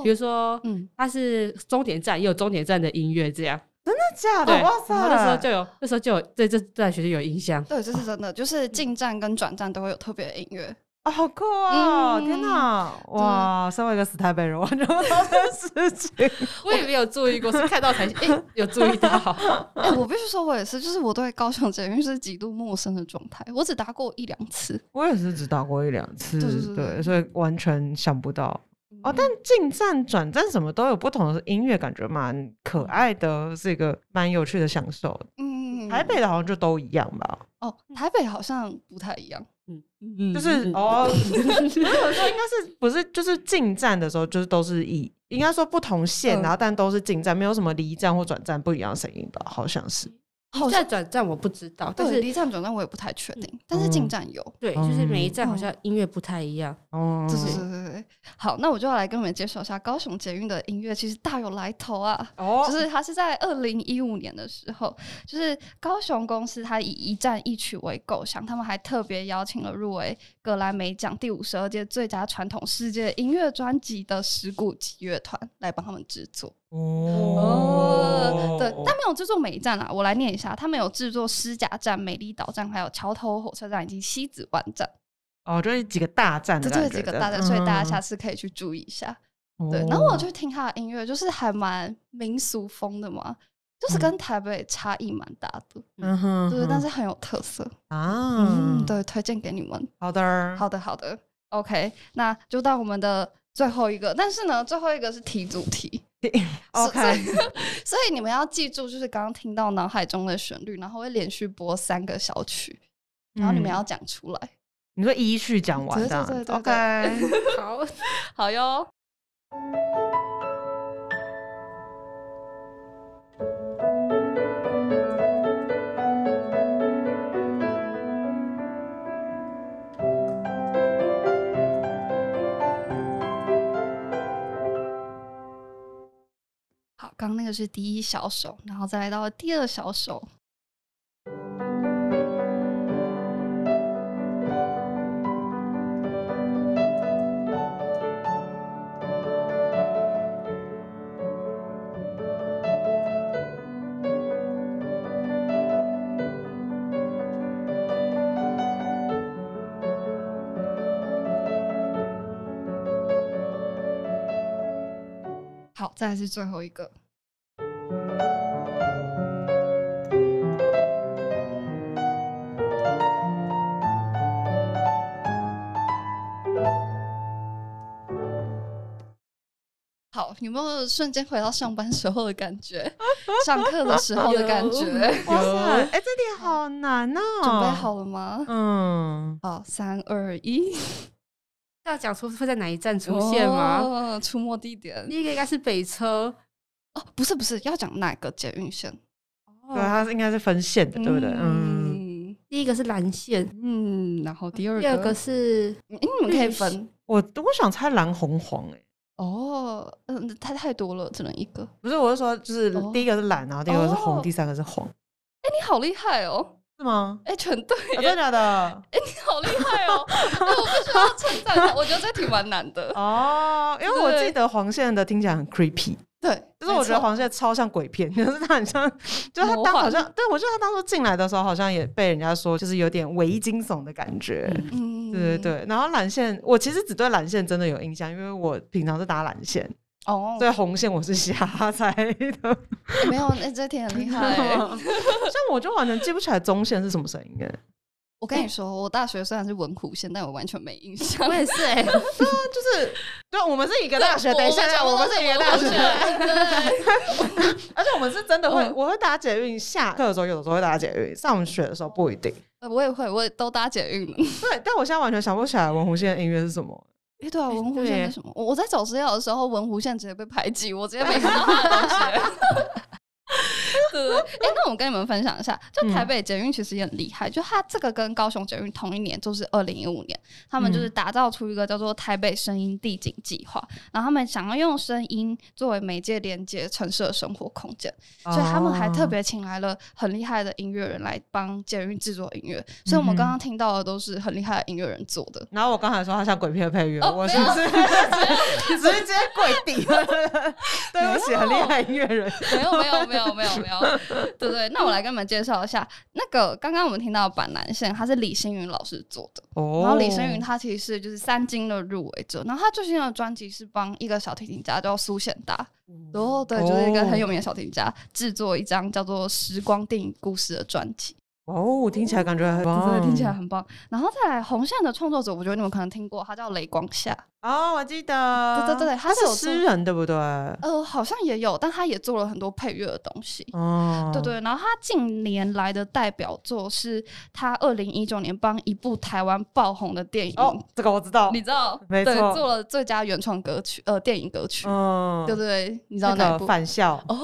[SPEAKER 2] 哦
[SPEAKER 3] 比如说
[SPEAKER 2] 嗯，
[SPEAKER 3] 它是终点站，也有终点站的音乐这样。
[SPEAKER 1] 真的假
[SPEAKER 3] 对，
[SPEAKER 1] 的？
[SPEAKER 3] 然
[SPEAKER 1] 哇
[SPEAKER 3] 后
[SPEAKER 1] 塞！
[SPEAKER 3] 那时候就有，那时候就有对这段学就有印象。
[SPEAKER 2] 对，这是真的，就是进站跟转站都会有特别的音乐，
[SPEAKER 1] 啊、好酷哦！
[SPEAKER 2] 嗯
[SPEAKER 1] 天哪，哇！身为一个死台北人，完全不知道这件事情。
[SPEAKER 3] 我也没有注意过，是看到才诶、有注意到。
[SPEAKER 2] <laughs> 哎、我必须说，我也是，就是我对高雄捷运是极度陌生的状态，我只搭过一两次。
[SPEAKER 1] 我也是只打过一两次，
[SPEAKER 2] 对对对嗯
[SPEAKER 1] 对，所以完全想不到哦。但进站、转站什么都有不同的音乐，感觉蛮可爱的，是一个蛮有趣的享受。
[SPEAKER 2] 嗯，
[SPEAKER 1] 台北的好像就都一样吧，
[SPEAKER 2] 哦，台北好像不太一样。
[SPEAKER 3] 嗯嗯
[SPEAKER 1] 就是哦，不是我说应该是不是就是进站的时候，就是都是一应该说不同线，
[SPEAKER 2] 嗯
[SPEAKER 1] 然后但都是进站，没有什么离站或转站不一样的声音吧，好像是。
[SPEAKER 2] 好像
[SPEAKER 3] 在转站我不知道，但
[SPEAKER 2] 对
[SPEAKER 3] 是嗯
[SPEAKER 2] 离站转站我也不太确定，但是进站有。
[SPEAKER 3] 对，
[SPEAKER 1] 嗯
[SPEAKER 3] 就是每一站好像音乐不太一样。
[SPEAKER 1] 哦，
[SPEAKER 2] 对对对对对，好，那我就要来跟你们介绍一下高雄捷运的音乐，其实大有来头啊。
[SPEAKER 1] 哦，
[SPEAKER 2] 就是它是在二零一五年的时候，就是高雄公司它以一站一曲为构想，他们还特别邀请了入围格莱美奖第五十二届最佳传统世界音乐专辑的石鼓集乐团来帮他们制作。
[SPEAKER 1] 哦
[SPEAKER 2] 哦，，对，但没有制作每一站啊啦，我来念一下，他们有制作狮甲站、美丽岛站，还有桥头火车站以及西子湾站，
[SPEAKER 1] 哦，就是几个大站的
[SPEAKER 2] 这
[SPEAKER 1] 感
[SPEAKER 2] 这
[SPEAKER 1] 觉，
[SPEAKER 2] 几个
[SPEAKER 1] 这
[SPEAKER 2] 大
[SPEAKER 1] 样
[SPEAKER 2] 站，所以大家下
[SPEAKER 1] 嗯
[SPEAKER 2] 次可以去注意一下。
[SPEAKER 1] 嗯嗯
[SPEAKER 2] 对
[SPEAKER 1] 哦，
[SPEAKER 2] 然后我去听他的音乐，就是还蛮民俗风的嘛，就是跟台北差异蛮大的，
[SPEAKER 1] 嗯哼，
[SPEAKER 2] 对，但
[SPEAKER 1] 是
[SPEAKER 2] 是很有特色。
[SPEAKER 1] 啊，
[SPEAKER 2] 嗯，，对，推荐给你们。
[SPEAKER 1] 好的，
[SPEAKER 2] 好的，好的，OK，那就到我们的最后一个，但是呢，最后一个是题主题。所
[SPEAKER 1] ，OK，
[SPEAKER 2] 所以所以你们要记住，就是刚刚听到脑海中的旋律，然后会连续播三个小曲，然后你们
[SPEAKER 1] 嗯
[SPEAKER 2] 要讲出来。
[SPEAKER 1] 你说依序讲完
[SPEAKER 2] 对对
[SPEAKER 1] 这样
[SPEAKER 2] 对
[SPEAKER 1] 子
[SPEAKER 2] 对
[SPEAKER 1] ，OK，
[SPEAKER 2] <laughs>
[SPEAKER 3] 好，
[SPEAKER 2] 好哟。好，刚刚那个是第一小手，然后再来到了第二小手，好，再来是最后一个。好，有没有瞬间回到上班时候的感觉？
[SPEAKER 1] <laughs>
[SPEAKER 2] 上课的时候的感觉？准
[SPEAKER 1] 哇塞，哎，这题好难哦，
[SPEAKER 2] 备，好了吗？
[SPEAKER 1] 嗯，
[SPEAKER 2] 好，三二
[SPEAKER 1] <laughs>
[SPEAKER 2] 一，
[SPEAKER 3] 要讲出会在哪一站出现吗？
[SPEAKER 2] 哦？出没地点
[SPEAKER 3] 第一个应该是北车，
[SPEAKER 2] 哦，不是不是，要讲哪个捷运线？
[SPEAKER 1] 对，
[SPEAKER 3] 啊
[SPEAKER 1] 它是应该是分线的，对不对？嗯，
[SPEAKER 2] 哦嗯
[SPEAKER 3] 哦第一个是蓝线，
[SPEAKER 2] 嗯，然后第二个，
[SPEAKER 3] 第二个是
[SPEAKER 1] 哎
[SPEAKER 2] 嗯你们可以分
[SPEAKER 1] 我我想猜蓝红黄，哎，
[SPEAKER 2] 哦，嗯，太太多了，只能一个。哎，
[SPEAKER 1] 不是，我是说，就是
[SPEAKER 2] 哦
[SPEAKER 1] 第一个是蓝，然后第二个是红，
[SPEAKER 2] 哦
[SPEAKER 1] 第三个是黄，
[SPEAKER 2] 你好厉害哦！
[SPEAKER 1] 是吗？
[SPEAKER 2] 哎，全对，哎
[SPEAKER 1] 啊真的假的？
[SPEAKER 2] <laughs> 你好厉害
[SPEAKER 1] <laughs>
[SPEAKER 2] 哦！哎，我必须要称赞他，我觉得这题蛮难的。
[SPEAKER 1] 哦，因为我
[SPEAKER 2] 对
[SPEAKER 1] 记得黄线的听起来很 creepy，
[SPEAKER 2] 对，
[SPEAKER 1] 就是我觉
[SPEAKER 2] 没
[SPEAKER 1] 得
[SPEAKER 2] 错
[SPEAKER 1] 黄蟹超像鬼片， <laughs> 就是他很像，就是他
[SPEAKER 2] 魔
[SPEAKER 1] 当好
[SPEAKER 2] 幻
[SPEAKER 1] 像，对我觉得他当初进来的时候，好像也被人家说就是有点伪惊悚的感觉。
[SPEAKER 2] 嗯，
[SPEAKER 3] 嗯
[SPEAKER 1] 对对对，然后蓝线，我其实只对蓝线真的有印象，因为我平常是打蓝线，
[SPEAKER 2] 哦，
[SPEAKER 1] 所以红线我是瞎猜的， <laughs>
[SPEAKER 2] 哎没有，哎，这题很厉害。欸
[SPEAKER 1] 嗯像我就完全记不起来中线是什么声音哎，
[SPEAKER 2] 我跟你说，我大学虽然是文湖线，但我完全没印象
[SPEAKER 3] 我。也是哎、
[SPEAKER 1] 就是对，我们是一个欸大学，等一下，我们是一个大学，
[SPEAKER 2] 对，
[SPEAKER 1] <laughs> 而且我们是真的会，
[SPEAKER 2] 嗯
[SPEAKER 1] 我会打捷运，下课的时候有的时候会打捷运，上学的时候不一定。
[SPEAKER 2] 呃我也会，我也都搭捷运了。
[SPEAKER 1] 对，但我现在完全想不起来文湖线的音乐是什么。
[SPEAKER 2] 哎，对啊，文湖
[SPEAKER 3] 对
[SPEAKER 2] 线
[SPEAKER 3] 耶
[SPEAKER 2] 是什么？我我在找资料的时候，文湖线直接被排挤，我直接
[SPEAKER 3] <laughs>
[SPEAKER 2] 被看到他的东西。 <laughs> 对对，哎，那我跟你们分享一下，就
[SPEAKER 3] 嗯
[SPEAKER 2] 台北捷运其实也很厉害，就它这个跟高雄捷运同一年，就是二零一五年，他们
[SPEAKER 3] 嗯
[SPEAKER 2] 就是打造出一个叫做台北声音地景计划，然后他们想要用声音作为媒介连接城市的生活空间，所以他们还特别
[SPEAKER 3] 哦
[SPEAKER 2] 请来了很厉害的音乐人来帮捷运制作音乐，所以
[SPEAKER 3] 嗯
[SPEAKER 2] 我们刚刚听到的都是很厉害的音乐人做的。
[SPEAKER 1] 然后我刚才说他像鬼片的配乐，
[SPEAKER 2] 哦
[SPEAKER 1] 我是不是
[SPEAKER 2] <laughs>
[SPEAKER 1] 直接直接跪地？对不起，很厉害音乐人。
[SPEAKER 2] 没有没有没有没有没有，
[SPEAKER 1] <laughs>
[SPEAKER 2] 对对。那我来跟你们介绍一下，那个刚刚我们听到的板南线，它是李星云老师做的。
[SPEAKER 1] 哦
[SPEAKER 2] 然后李星云他其实是就是三金的入围者，然后他最新的专辑是帮一个小提琴家叫苏贤达，然
[SPEAKER 1] 哦
[SPEAKER 2] 后对，就是一个很有名的小提琴家制作一张叫做《时光电影故事》的专辑。
[SPEAKER 1] 哦，听起来感觉很
[SPEAKER 2] 真
[SPEAKER 1] 棒，
[SPEAKER 2] 的听起来很棒。然后再来红线的创作者，我觉得你们可能听过，他叫雷光夏，
[SPEAKER 1] 哦，我记得，
[SPEAKER 2] 对对对他
[SPEAKER 1] 他
[SPEAKER 2] 是有
[SPEAKER 1] 是
[SPEAKER 2] 做
[SPEAKER 1] 诗人，对不对？
[SPEAKER 2] 呃，好像也有，但他也做了很多配乐的东西。
[SPEAKER 1] 哦，
[SPEAKER 2] 对，对，然后他近年来的代表作是他二零一九年帮一部台湾爆红的电影，
[SPEAKER 1] 哦，这个我知道
[SPEAKER 2] 你，知道，
[SPEAKER 1] 没
[SPEAKER 2] 对，
[SPEAKER 1] 错
[SPEAKER 2] 做了最佳原创歌曲，呃，电影歌曲，
[SPEAKER 1] 嗯，
[SPEAKER 2] 对不对？你知道
[SPEAKER 1] 那
[SPEAKER 2] 哪一
[SPEAKER 1] 个
[SPEAKER 2] 部？
[SPEAKER 1] 返校，
[SPEAKER 2] 哦，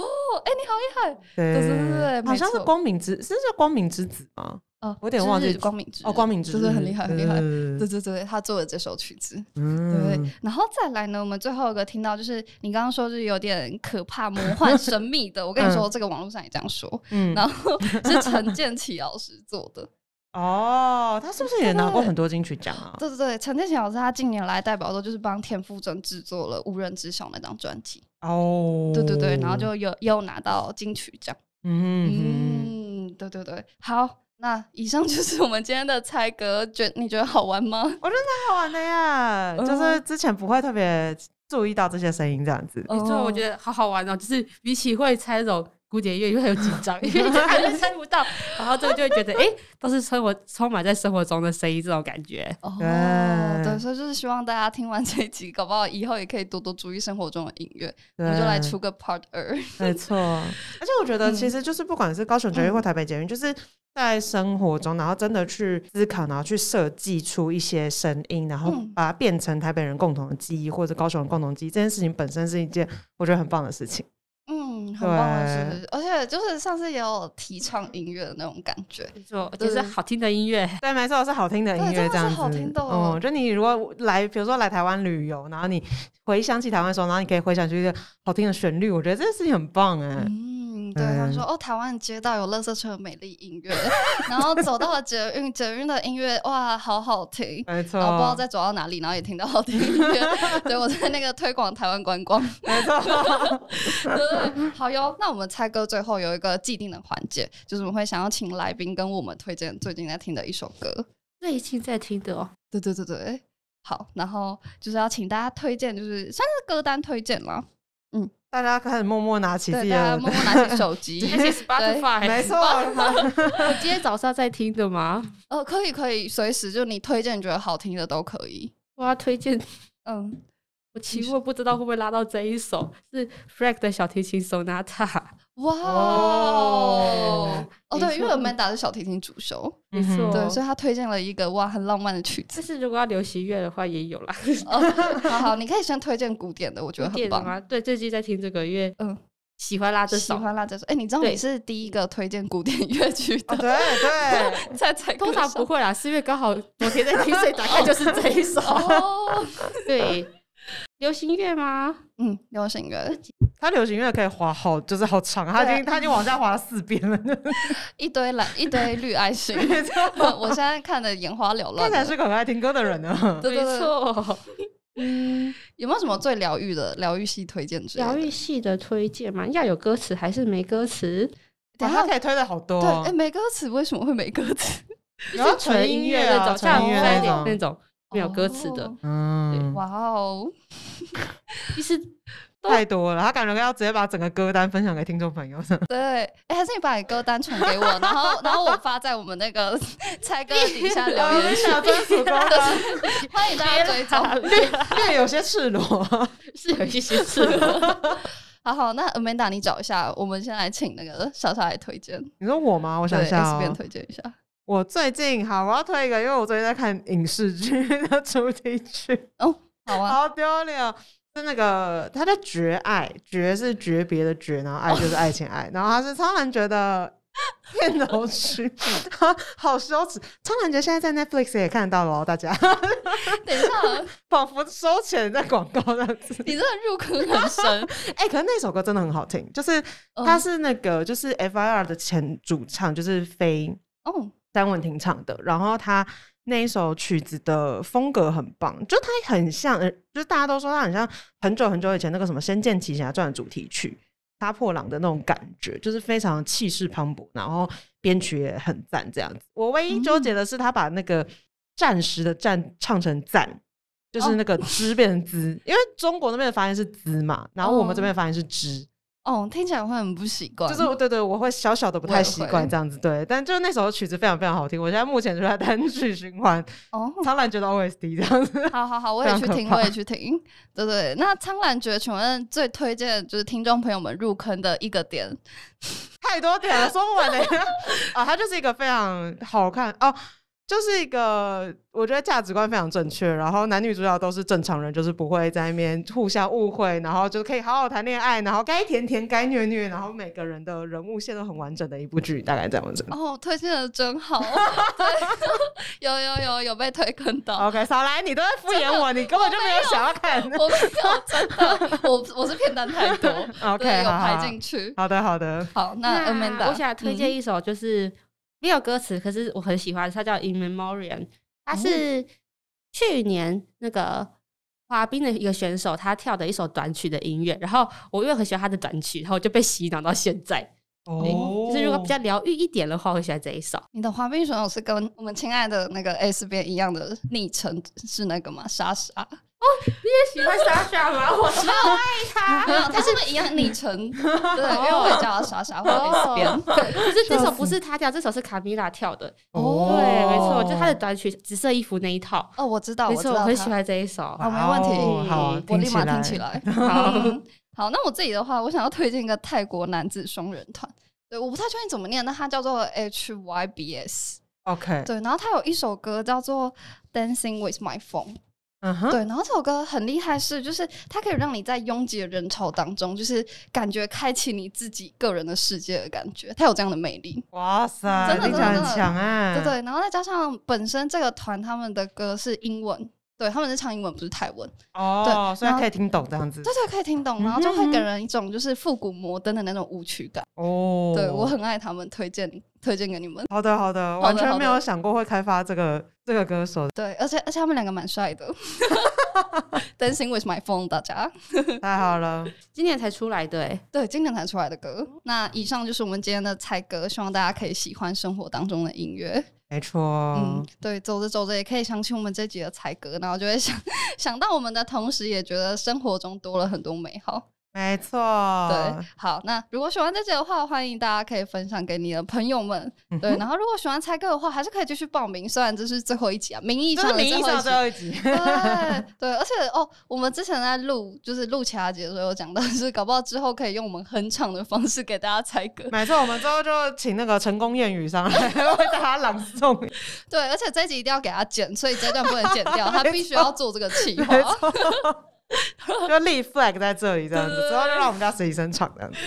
[SPEAKER 2] 哎、你好厉害！
[SPEAKER 1] 对
[SPEAKER 2] 对对对
[SPEAKER 1] 好像是
[SPEAKER 2] 没错
[SPEAKER 1] 光明之，是叫光明之子吗？
[SPEAKER 2] 哦，
[SPEAKER 1] 我有点忘记
[SPEAKER 2] 之日光明之日
[SPEAKER 1] 哦，光明之
[SPEAKER 2] 就
[SPEAKER 1] 子，
[SPEAKER 2] 是很厉害，很厉害。对对
[SPEAKER 1] 对，
[SPEAKER 2] 对，他做了这首曲子，对，
[SPEAKER 1] 嗯，
[SPEAKER 2] 然后再来呢，我们最后一个听到就是你刚刚说是有点可怕、魔幻、神秘的。我跟你说，这个网络上也这样说。
[SPEAKER 1] 嗯，
[SPEAKER 2] 然后是陈建奇老师做的，
[SPEAKER 1] 哦，他是不是也拿过很多金曲奖啊？
[SPEAKER 2] 对对对，陈建奇老师他近年来代表作就是帮田馥甄制作了《无人知晓》那张专辑，
[SPEAKER 1] 哦，
[SPEAKER 2] 对对对，然后就有也有拿到金曲奖，
[SPEAKER 1] 嗯嗯，嗯
[SPEAKER 2] 嗯，对对对，好，那以上就是我们今天的猜歌，觉你觉得好玩吗？
[SPEAKER 1] 好玩的呀，
[SPEAKER 2] 嗯
[SPEAKER 1] 就是之前不会特别注意到这些声音这样子。
[SPEAKER 2] 哦
[SPEAKER 3] 没错，我觉得好好玩哦。就是比起会猜这种古典乐，因为很有紧张，因为你还是猜不到，然后这个就会觉得，哎、都是生活充满在生活中的声音这种感觉。
[SPEAKER 2] 哦，
[SPEAKER 1] 对
[SPEAKER 2] 对，所以就是希望大家听完这一集，搞不好以后也可以多多注意生活中的音乐。我
[SPEAKER 1] 对
[SPEAKER 2] 们就来出嗯个 Part 二。
[SPEAKER 1] 没
[SPEAKER 2] <laughs>
[SPEAKER 1] 错，而且我觉得其实就是不管是高雄捷
[SPEAKER 2] 嗯
[SPEAKER 1] 运或台北捷运，就是在生活中，然后真的去思考，然后去设计出一些声音，然后
[SPEAKER 2] 嗯
[SPEAKER 1] 把它变成台北人共同的记忆或者高雄人共同记忆，这件事情本身是一件我觉得很棒的事情。
[SPEAKER 2] 嗯，很棒的是，而且就是上次也有提倡音乐的那种感觉。
[SPEAKER 3] 没错，
[SPEAKER 2] 对
[SPEAKER 3] 就是好听的音乐。
[SPEAKER 1] 对，没错，是好听的音
[SPEAKER 2] 对真的
[SPEAKER 1] 乐，
[SPEAKER 2] 是
[SPEAKER 1] 这样子。
[SPEAKER 2] 好听的哦
[SPEAKER 1] 嗯，就你如果来，比如说来台湾旅游，然后你回想起台湾的时候，然后你可以回想起一个好听的旋律，我觉得这件事情很棒哎、
[SPEAKER 2] 嗯，对，他们说哦，台湾街道有垃圾车的美丽音乐， <laughs> 然后走到了捷运，捷运的音乐哇，好好
[SPEAKER 1] <laughs>
[SPEAKER 2] 听。
[SPEAKER 1] 没错
[SPEAKER 2] 然，哦后不知道再走到哪里，然后也听到好听的音乐。 <laughs> 对，我在那个推广台湾观光。
[SPEAKER 1] 没错，
[SPEAKER 2] <laughs> 对，好哟。那我们猜歌最后有一个既定的环节，就是我们会想要请来宾跟我们推荐最近在听的一首歌。
[SPEAKER 3] 最近在听的哦，。
[SPEAKER 2] 对对对对，好。然后就是要请大家推荐，就是算是歌单推荐啦。
[SPEAKER 1] 大家开始默默拿起自
[SPEAKER 2] 对，
[SPEAKER 1] 己
[SPEAKER 2] 大家
[SPEAKER 1] 的，
[SPEAKER 2] 默默拿起手机
[SPEAKER 1] <laughs>
[SPEAKER 3] 而且
[SPEAKER 1] 没
[SPEAKER 3] Spotify，
[SPEAKER 1] 错， <laughs>
[SPEAKER 3] 我今天早上在听的吗？
[SPEAKER 2] 呃，可以可以，随时就你推荐你觉得好听的都可以。
[SPEAKER 3] 我要推荐，
[SPEAKER 2] 嗯，
[SPEAKER 3] 我期末不知道会不会拉到这一首，是 Frank 的小提琴 Sonata。
[SPEAKER 2] 哇哦
[SPEAKER 1] 哦，
[SPEAKER 2] 哦
[SPEAKER 3] 没
[SPEAKER 2] 对，因为
[SPEAKER 3] 错
[SPEAKER 2] Amanda 是小提琴主修，
[SPEAKER 3] 没错
[SPEAKER 1] 嗯哼
[SPEAKER 2] 对，所以他推荐了一个哇很浪漫的曲子
[SPEAKER 3] 但。是如果要流行乐的话，也有啦。
[SPEAKER 2] 哦， <laughs> 好好，你可以先推荐古典的，我觉得很
[SPEAKER 3] 点
[SPEAKER 2] 棒。
[SPEAKER 3] 吗？对，最近在听这个乐，
[SPEAKER 2] 嗯
[SPEAKER 3] 嗯，喜欢拉这
[SPEAKER 2] 喜
[SPEAKER 3] 首。
[SPEAKER 2] 欢拉这首。哎、你知道
[SPEAKER 3] 对
[SPEAKER 2] 你是第一个推荐古典乐曲
[SPEAKER 1] 哦，
[SPEAKER 2] 的，
[SPEAKER 1] 对
[SPEAKER 2] <laughs>
[SPEAKER 1] 对，
[SPEAKER 2] 在才。
[SPEAKER 3] 通常不会啦，是因为刚好昨天在听， <laughs> 所以大概就是这一首
[SPEAKER 2] 哦。
[SPEAKER 3] 对，流行乐吗？
[SPEAKER 2] 嗯，流行乐
[SPEAKER 1] 他流行乐可以滑好，就是好长，他已
[SPEAKER 2] 对啊
[SPEAKER 1] 经他已经往下滑了四遍了，
[SPEAKER 2] 一堆蓝一堆绿爱心，嗯
[SPEAKER 1] 没错
[SPEAKER 2] 我现在看的眼花缭乱
[SPEAKER 1] 看起来
[SPEAKER 2] 的。
[SPEAKER 1] 是个很爱听歌的人呢。
[SPEAKER 2] 对
[SPEAKER 3] 没
[SPEAKER 2] 对对
[SPEAKER 3] 错，
[SPEAKER 2] 嗯，有没有什么最疗愈的疗愈系推荐之类的？
[SPEAKER 3] 疗愈系的推荐嘛，要有歌词还是没歌词？
[SPEAKER 2] 等
[SPEAKER 1] 哇
[SPEAKER 2] 一
[SPEAKER 1] 他
[SPEAKER 2] 下
[SPEAKER 1] 可以推的好多
[SPEAKER 2] 对，哎、
[SPEAKER 1] 哦，
[SPEAKER 2] 没歌词为什么会没歌
[SPEAKER 1] <laughs>
[SPEAKER 2] 词？
[SPEAKER 1] 然后
[SPEAKER 3] 纯音乐啊那种，像
[SPEAKER 1] 纯音乐
[SPEAKER 3] 三
[SPEAKER 1] 那
[SPEAKER 3] 点那
[SPEAKER 1] 种，
[SPEAKER 3] 种没有歌词的
[SPEAKER 2] 哦。
[SPEAKER 1] 嗯，
[SPEAKER 2] 哇哦，
[SPEAKER 3] 其实
[SPEAKER 1] 太多了，他感觉要直接把整个歌单分享给听众朋友。
[SPEAKER 2] 对，哎、还是你把你歌单传给我，然后然后我发在我们那
[SPEAKER 1] <laughs>
[SPEAKER 2] 个猜歌底下留言区，
[SPEAKER 1] 小哦啊专属歌 <laughs> 单，
[SPEAKER 2] <laughs> 欢迎大家追踪。
[SPEAKER 3] <laughs>
[SPEAKER 1] 略有些赤裸。
[SPEAKER 3] 是有一些是的，
[SPEAKER 2] 好好，那 Amanda 你找一下，我们先来请那个莎莎来推荐，
[SPEAKER 1] 你说我吗？我
[SPEAKER 2] 对
[SPEAKER 1] 想一下
[SPEAKER 2] S 边
[SPEAKER 1] 哦，
[SPEAKER 2] 推荐一下。 <laughs>
[SPEAKER 1] 我最近好，我要推一个，因为我最近在看影视剧的主题曲。
[SPEAKER 2] 哦，好啊，
[SPEAKER 1] 好丢脸。是那个他叫绝爱，绝是诀别的绝，然后爱就是爱情爱，然后他是苍兰诀的片头曲，好羞耻。苍兰诀现在在 Netflix 也看得到了哦，大家 <laughs>
[SPEAKER 2] 等一下，
[SPEAKER 1] 仿佛收钱在广告这样子。
[SPEAKER 2] 你真的入坑很深。
[SPEAKER 1] <laughs> 哎、可是那首歌真的很好听，就是
[SPEAKER 2] 嗯
[SPEAKER 1] 他是那个就是 FIR 的前主唱，就是飞
[SPEAKER 2] 哦，
[SPEAKER 1] 詹文婷唱的，然后他那一首曲子的风格很棒，就它很像，呃就是大家都说它很像很久很久以前那个什么《仙剑奇侠传》的主题曲《杀破狼》的那种感觉，就是非常气势磅礴，然后编曲也很赞这样子。我唯一纠结的是，他把那个“暂时”的“暂”唱成“赞”。就是那个“之”变成“滋”，因为中国那边的发音是“滋”嘛，然后我们这边的发音是“之”，
[SPEAKER 2] 哦，听起来会很不习惯。
[SPEAKER 1] 就是对对，我会小小的不
[SPEAKER 2] 我
[SPEAKER 1] 太
[SPEAKER 2] 也
[SPEAKER 1] 习
[SPEAKER 2] 会
[SPEAKER 1] 惯这样子，对。但就是那首曲子非常非常好听，我现在目前就在单曲循环《
[SPEAKER 2] 哦，
[SPEAKER 1] 苍兰诀》的 OST 这样子。 <laughs>
[SPEAKER 2] 好好好，我
[SPEAKER 1] 非
[SPEAKER 2] 也
[SPEAKER 1] 常
[SPEAKER 2] 去
[SPEAKER 1] 可
[SPEAKER 2] 听，
[SPEAKER 1] 怕
[SPEAKER 2] 我也去听。对对，那《苍兰诀》，请问最推荐就是听众朋友们入坑的一个点
[SPEAKER 1] 太多点了，说不完的 <laughs> 啊！它就是一个非常好看哦，就是一个我觉得价值观非常正确，然后男女主角都是正常人，就是不会在那边互相误会，然后就可以好好谈恋爱，然后该甜甜该虐虐，然后每个人的人物线都很完整的一部剧，大概这样子。
[SPEAKER 2] 哦，推荐的真
[SPEAKER 1] <laughs>
[SPEAKER 2] 好，对有有有有被推坑到。
[SPEAKER 1] OK，少来，你都在敷衍我，你根本就没有想要看。
[SPEAKER 2] 我没有真的，我我是片单太
[SPEAKER 1] <laughs>
[SPEAKER 2] 多
[SPEAKER 1] OK，
[SPEAKER 2] 对有
[SPEAKER 1] 好
[SPEAKER 2] 排
[SPEAKER 1] 好
[SPEAKER 2] 进去。
[SPEAKER 1] 好的，好的。
[SPEAKER 2] 好，那 Amanda，
[SPEAKER 3] 我想推
[SPEAKER 2] 嗯
[SPEAKER 3] 荐一首就是没有歌词，可是我很喜欢，它叫《In Memoriam》，它
[SPEAKER 2] 哦
[SPEAKER 3] 是去年那个滑冰的一个选手他跳的一首短曲的音乐，然后我因为很喜欢他的短曲，然后我就被洗脑到现在。
[SPEAKER 1] 哦
[SPEAKER 3] 就是如果比较疗愈一点的话，我会喜欢这一首。
[SPEAKER 2] 你的滑冰选手是跟我们亲爱的那个 S 边一样的昵称是那个吗？莎莎，
[SPEAKER 3] 喜欢莎
[SPEAKER 1] <laughs>
[SPEAKER 3] 莎吗？我超爱他。
[SPEAKER 2] 没有，他是不是一样昵称？哦对，因为我也叫他莎莎或 S 边。
[SPEAKER 3] 可是这首不是他跳，这首是卡米拉跳的。
[SPEAKER 2] 哦
[SPEAKER 3] 对，没错，就他
[SPEAKER 1] 哦
[SPEAKER 3] 的短曲《紫色衣服》那一套。
[SPEAKER 2] 哦，我知道，
[SPEAKER 3] 没
[SPEAKER 2] 我知
[SPEAKER 3] 错，
[SPEAKER 2] 道
[SPEAKER 3] 我
[SPEAKER 2] 他，
[SPEAKER 3] 很喜欢这一首。
[SPEAKER 2] 好没问题
[SPEAKER 1] 哇哦好，
[SPEAKER 2] 我立马听起。来。
[SPEAKER 3] 好
[SPEAKER 2] 嗯好，那我自己的话，我想要推荐一个泰国男子双人团。对，我不太确定怎么念，但它叫做 HYBS。
[SPEAKER 1] OK，
[SPEAKER 2] 对，然后他有一首歌叫做《Dancing with My Phone》。
[SPEAKER 1] 嗯哼，
[SPEAKER 2] 对，然后这首歌很厉害是，就是它可以让你在拥挤的人潮当中，就是感觉开启你自己个人的世界的感觉，它有这样的魅力。
[SPEAKER 1] 哇塞，
[SPEAKER 2] 真的
[SPEAKER 1] 听起来
[SPEAKER 2] 真的
[SPEAKER 1] 很强哎，
[SPEAKER 2] 对对，然后再加上本身这个团他们的歌是英文，对，他们是唱英文，不是泰文，
[SPEAKER 1] 哦，
[SPEAKER 2] 对
[SPEAKER 1] 所以
[SPEAKER 2] 然后
[SPEAKER 1] 可以听懂这样子
[SPEAKER 2] 对对，可以听懂，然后就会给人一种就是复古摩登的那种舞曲感。
[SPEAKER 1] 哦。
[SPEAKER 2] 对我很爱他们，推荐推荐给你们。
[SPEAKER 1] 好的好的，
[SPEAKER 2] 的
[SPEAKER 1] 完全没有想过会开发这个这个歌
[SPEAKER 2] <laughs>
[SPEAKER 1] 手，
[SPEAKER 2] 对，而且而且他们两个蛮帅的，Dancing with My Phone，大家。
[SPEAKER 1] 太好了，
[SPEAKER 3] 今年才出来的、欸，
[SPEAKER 2] 对，经典弹出来的歌。那以上就是我们今天的猜歌，希望大家可以喜欢生活当中的音乐。
[SPEAKER 1] 没错
[SPEAKER 2] 嗯，，对，走着走着也可以想起我们这集的猜歌，然后就会想想到我们的同时，也觉得生活中多了很多美好。
[SPEAKER 1] 没错，啊
[SPEAKER 2] 对，好，那如果喜欢这集的话，欢迎大家可以分享给你的朋友们。
[SPEAKER 1] 嗯
[SPEAKER 2] 对，然后如果喜欢猜歌的话，还是可以继续报名，虽然这是最后一集啊，名义
[SPEAKER 1] 这
[SPEAKER 2] 上
[SPEAKER 1] 是
[SPEAKER 2] 的
[SPEAKER 1] 名
[SPEAKER 2] 最
[SPEAKER 1] 义
[SPEAKER 2] 后一
[SPEAKER 1] 上的
[SPEAKER 2] 集
[SPEAKER 1] 最。后一集，
[SPEAKER 2] <laughs> 对对，而且哦，我们之前在录，就是录其他节的时候有讲到，就是搞不好之后可以用我们哼唱的方式给大家猜歌。
[SPEAKER 1] <laughs> 没错，我们之后就请那个成功谚语上来 <laughs> 为大家朗诵，
[SPEAKER 2] 对，而且这一集一定要给他剪，所以这段不能剪
[SPEAKER 1] <laughs>
[SPEAKER 2] 掉，他必须要做这个企
[SPEAKER 1] 没
[SPEAKER 2] 划。
[SPEAKER 1] 错。 <laughs> 就立 flag 在这里这样子，
[SPEAKER 2] 对对对
[SPEAKER 1] 之后就让我们家实习生唱
[SPEAKER 2] <laughs>
[SPEAKER 1] 这样子，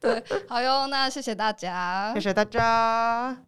[SPEAKER 1] 这种
[SPEAKER 2] 对，好哟，那谢谢大家，
[SPEAKER 1] 谢谢大家。